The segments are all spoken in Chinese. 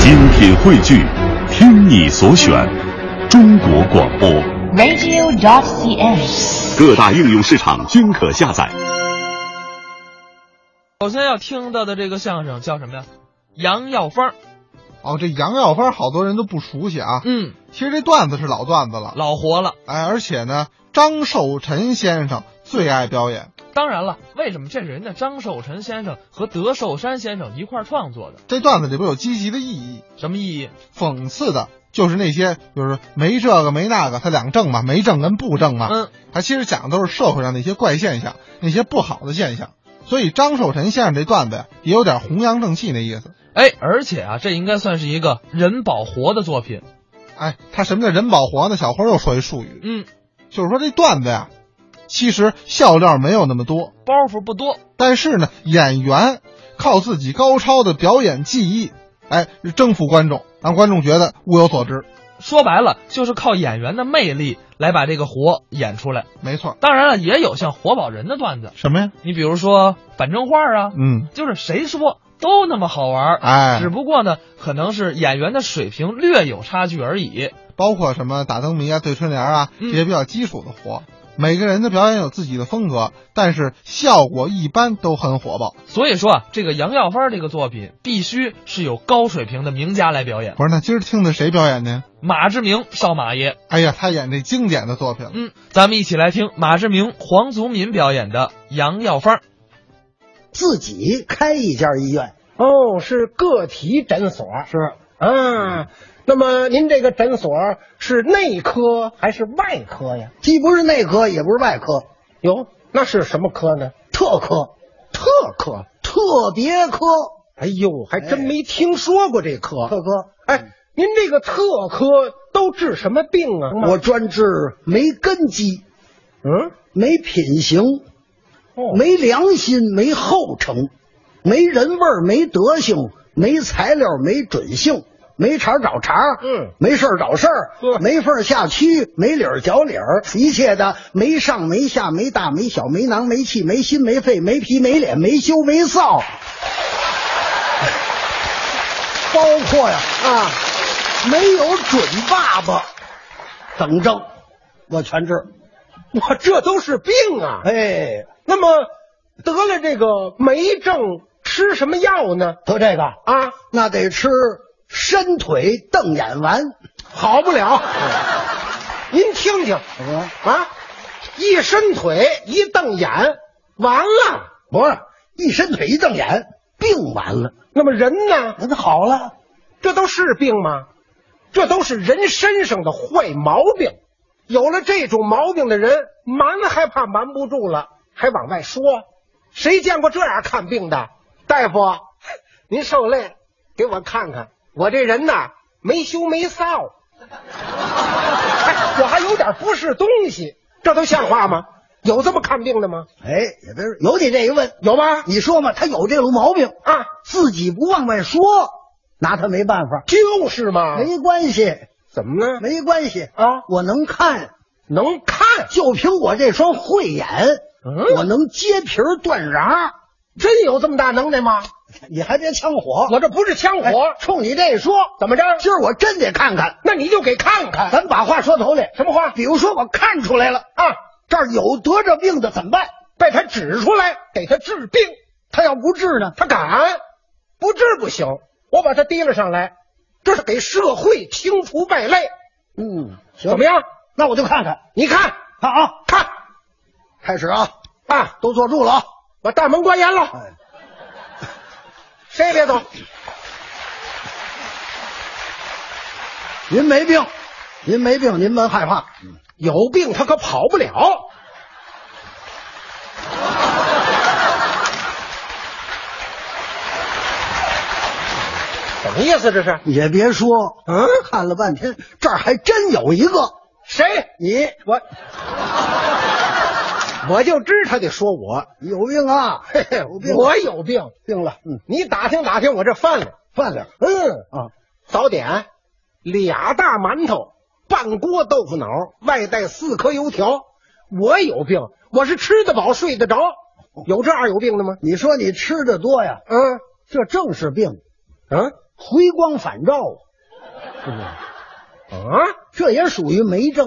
精品汇聚，听你所选，中国广播。 radio.cn。各大应用市场均可下载。首先要听到的这个相声叫什么呀？杨耀芳。哦，这杨耀芳好多人都不熟悉啊。嗯，其实这段子是老段子了，老活了。哎，而且呢，张寿臣先生最爱表演，当然了，为什么这是人家张寿臣先生和德寿山先生一块儿创作的？这段子里边有积极的意义，什么意义？讽刺的就是那些就是没这个没那个，他两正嘛，没正跟不正嘛。嗯，他其实讲的都是社会上的一些怪现象，那些不好的现象。所以张寿臣先生这段子呀也有点弘扬正气那意思。哎，而且啊，这应该算是一个人保活的作品。哎，他什么叫人保活呢？小花又说一术语，嗯，就是说这段子呀，其实笑料没有那么多，包袱不多。但是呢，演员靠自己高超的表演技艺，哎，征服观众，让观众觉得物有所值。说白了，就是靠演员的魅力来把这个活演出来。没错，当然了，也有像活宝人的段子，什么呀？你比如说板正话啊，嗯，就是谁说都那么好玩儿。哎只，不过呢，可能是演员的水平略有差距而已。包括什么打灯谜啊、对春联啊嗯这些比较基础的活。每个人的表演有自己的风格，但是效果一般都很火爆。所以说啊，这个杨耀芳这个作品必须是有高水平的名家来表演。不是，那今儿听的谁表演呢？马志明少马爷，哎呀，他演这经典的作品了。嗯，咱们一起来听马志明、黄祖民表演的杨耀芳。自己开一家医院，哦，是个体诊所。是啊，那么您这个诊所是内科还是外科呀？既不是内科，也不是外科，哟，那是什么科呢？特科，特科。特别科，哎呦，还真没听说过这科。特科。哎，您这个特科都治什么病啊？我专治没根基、嗯，没品行、哦没良心、没后程、没人味儿、没德行、没材料、没准性、没茬儿找茬儿，嗯没事儿找事儿呵，没缝儿下蛆，没理儿嚼理儿，一切的没上没下、没大没小、没囊没气、没心没肺、没皮没脸、没羞没臊，包括呀啊，没有准爸爸等症，我全治。我这都是病啊。哎，那么得了这个霉症，吃什么药呢？得这个啊，那得吃伸腿瞪眼丸。好不了。 您听听，嗯啊，一伸腿，一瞪眼，完了。不是一伸腿一瞪眼，病完了，那么人呢？那好了，这都是病吗？这都是人身上的坏毛病。有了这种毛病的人，瞒还怕瞒不住了，还往外说。谁见过这样看病的？大夫，您受累，给我看看。我这人呐，没羞没臊，哎，我还有点不是东西，这都像话吗？有这么看病的吗？哎，也别说有你这一问，有吧？你说嘛，他有这种毛病，啊，自己不往外说，拿他没办法。就是嘛。没关系，怎么呢？没关系啊我能看，能看，就凭我这双慧眼，嗯我能揭皮儿断瓤。真有这么大能耐吗？你还别呛火，我这不是枪火，哎冲你这一说，怎么着？今儿我真得看看。那你就给看看。咱把话说头里，什么话比如说，我看出来了啊，这儿有得这病的怎么办？被他指出来，给他治病，他要不治呢？他敢不治不行。我把他提了上来，这是给社会清除败类，嗯，行，怎么？样？那我就看看，你看看啊，看开始啊，啊，都坐住了啊。把大门关严了，哎，谁也别走。您没病，您没病，您甭害怕。有病他可跑不 了。什么意思？这是也别说，嗯看了半天，这儿还真有一个谁？你，我我就知他得说我，你有病啊？嘿嘿有病，我有病。病了，嗯，你打听打听我这饭量，饭量嗯，啊，早点俩大馒头，半锅豆腐脑，外带四颗油条。我有病，我是吃得饱睡得着，有这样有病的吗？你说你吃的多呀，嗯这正是病，嗯，回光返照啊，啊，这也属于没正。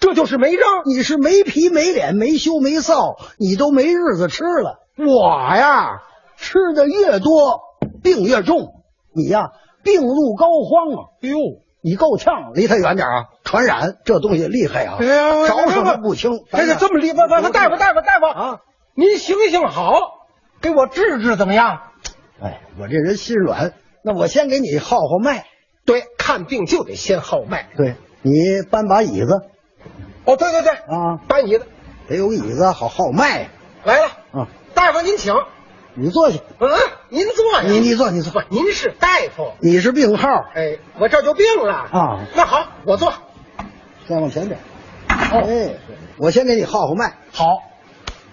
这就是没扔。你是没皮没脸没羞没臊，你都没日子吃了。我呀，吃的越多，病越重。你呀，病入膏肓啊！哎呦，你够呛，离他远点啊！传染这东西厉害啊，哎呀，着什这么个不轻。这个这么厉害，大夫，大夫，大夫，大夫啊！您行行好，给我治治怎么样？哎，我这人心软，那我先给你号号脉。对，看病就得先号脉。对你搬把椅子哦，对对对，啊，搬椅子得有椅子好号脉来了，啊。大夫您请。你坐下，嗯，您坐呀，你你坐你坐不，您是大夫。你是病号，哎，我这就病了啊那好，我坐。再往前点。哎，我先给你号号脉。好，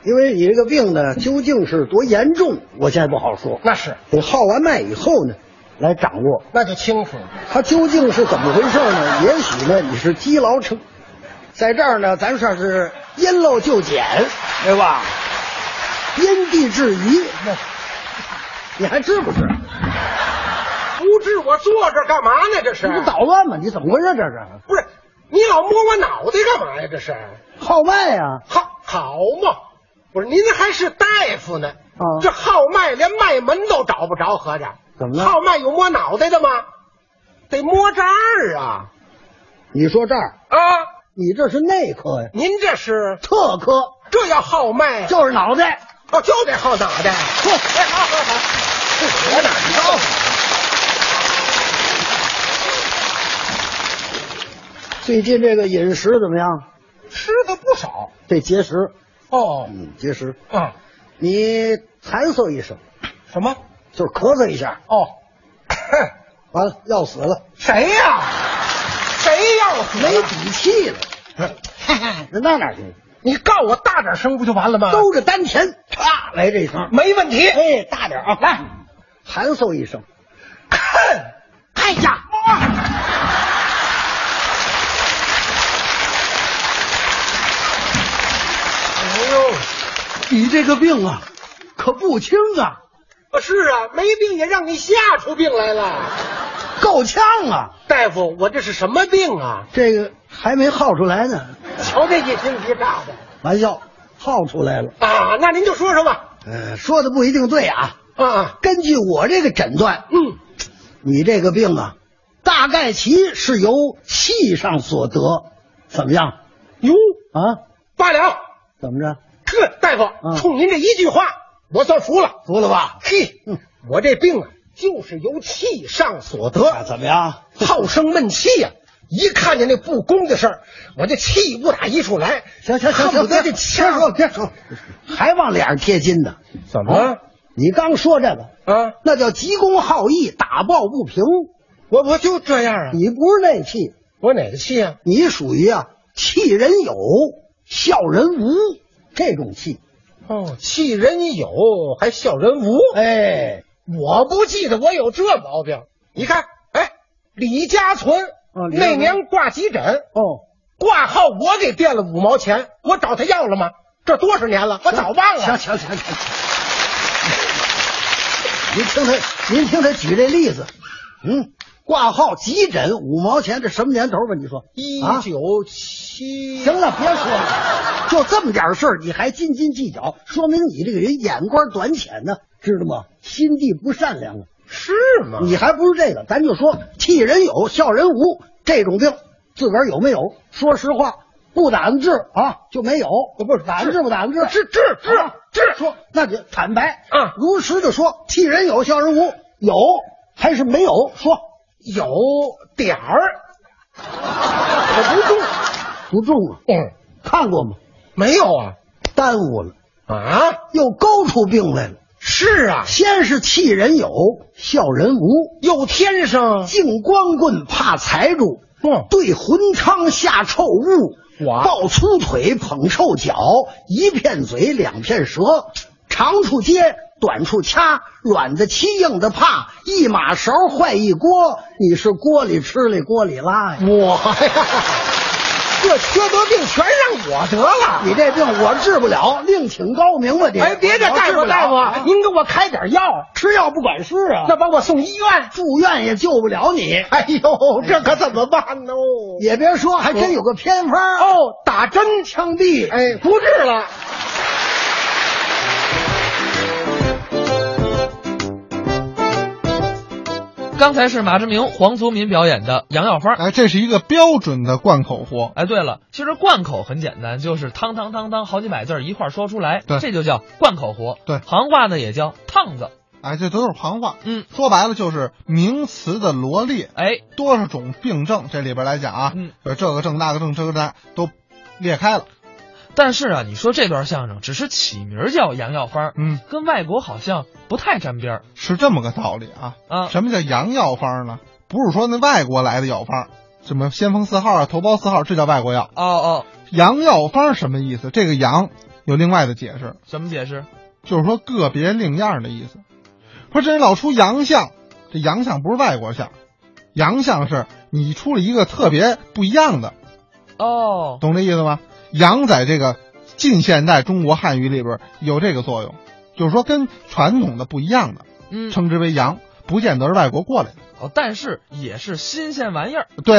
因为你这个病呢，究竟是多严重，我现在不好说。那是，得号完脉以后呢，来掌握那就清楚了。它究竟是怎么回事呢？也许呢，你是积劳成，在这儿呢，咱算是因陋就简，对吧？因地制宜， 你还知不知？不治我坐这儿干嘛呢？这是这不捣乱吗？你怎么回事？这是不是，你老摸我脑袋干嘛呀？这是号脉啊！好好嘛？不是，您还是大夫呢？啊这号脉连脉门都找不着，合着怎么了号脉有摸脑袋的吗？得摸这儿啊你说这儿，啊！你这是内科呀，您这是特科这要号脉，就是脑袋。 哦就得号脑袋。哎，好好好，我哪知道？最近这个饮食怎么样？吃的不少这节食，哦。嗯，节食。嗯，你咳嗽一声，什么？就是咳嗽一下，哦，完了要死了， 谁呀、谁要死没了？底气了，那那哪行？ 你告我大点声不就完了吗？兜着丹田，啪来这一声，没问题。哎，大点啊，来，含嗽一声， 哎呀，哎你这个病啊，可不轻啊，呦，是啊，没病也让你吓出病来了。够呛啊，大夫，我这是什么病啊？这个还没号出来呢，瞧这一惊一乍的玩笑，号出来了，啊！那您就说说吧。呃，说的不一定对啊，啊，根据我这个诊断，嗯，你这个病啊，大概其是由气上所得，怎么样哟，啊？罢了。怎么着？呵，大夫，嗯冲您这一句话，我算服了。服了吧？嘿嗯，我这病啊，就是由气上所得。啊怎么 样？好生闷气呀、一看见那不公的事儿，我这气不打一处来。行行行恨行，不得 这别别掐说别说，还往脸上贴金呢？怎啊？你刚说这个，啊？那叫急公好义，打抱不平。我我就这样啊？你不是内气，我哪个气啊？你属于啊气人有，笑人无这种气。哦，气人有还笑人无。哎，我不记得我有这毛病。你看，哎，李家存、哦李家那存年挂急诊，哦，挂号我给垫了五毛钱，我找他要了吗？这多少年了，我早忘了。行行行行行。您听他，您听他举这例子，嗯，挂号急诊五毛钱，这什么年头吧？你说一啊九七，行了，别说了，就这么点事儿，你还斤斤计较，说明你这个人眼光短浅呢、知道吗？心地不善良啊！是吗？你还不是这个，咱就说气人有，笑人无这种病，自个儿有没有？说实话，不打算治啊，就没有。不是打算治不打算治？治治治啊治说那就坦白啊如实的说，气人有，笑人无，有还是没有？说有点儿，我不中啊，不中。嗯，看过吗？没有啊耽误了，啊，又勾出病来了。是啊，先是气人有，笑人无。又天生敬光棍怕财主，嗯对魂汤下臭物，我抱粗腿捧臭脚，一片嘴两片舌，长处接短处掐，软的欺硬的怕，一马勺坏一锅，你是锅里吃里锅里拉呀。我呀，这缺德病全让我得了。你这病我治不了，另请高明吧你。哎，别介，我大治不夫了大啊夫，您给我开点药，吃药不管事啊，那把我送医院。住院也救不了你。哎呦，这可怎么办呢？也别说，还真有个偏方儿哦，打针，枪毙。哎，不治了。刚才是马志明、黄祖民表演的杨药方。哎，这是一个标准的贯口活。哎，对了，其实贯口很简单，就是汤汤汤汤好几百字儿一块儿说出来，对这就叫贯口活。对行话呢也叫趟子。哎，这都是旁话。嗯，说白了就是名词的罗列，哎，多少种病症，这里边来讲啊，嗯有这个症那个症这个症都列开了。但是啊，你说这段相声只是起名儿叫杨药方，嗯，跟外国好像不太沾边儿是这么个道理啊。啊。什么叫洋药方呢？不是说那外国来的药方，什么先锋四号啊、头孢四号，这叫外国药。哦哦，洋药方什么意思？这个洋有另外的解释，怎么解释？就是说个别另样的意思。说这人老出洋相，这洋相不是外国相，洋相是你出了一个特别不一样的，哦，懂这意思吗？洋在这个近现代中国汉语里边有这个作用，就是说跟传统的不一样的，嗯，称之为洋，不见得是外国过来的。哦，但是也是新鲜玩意儿。对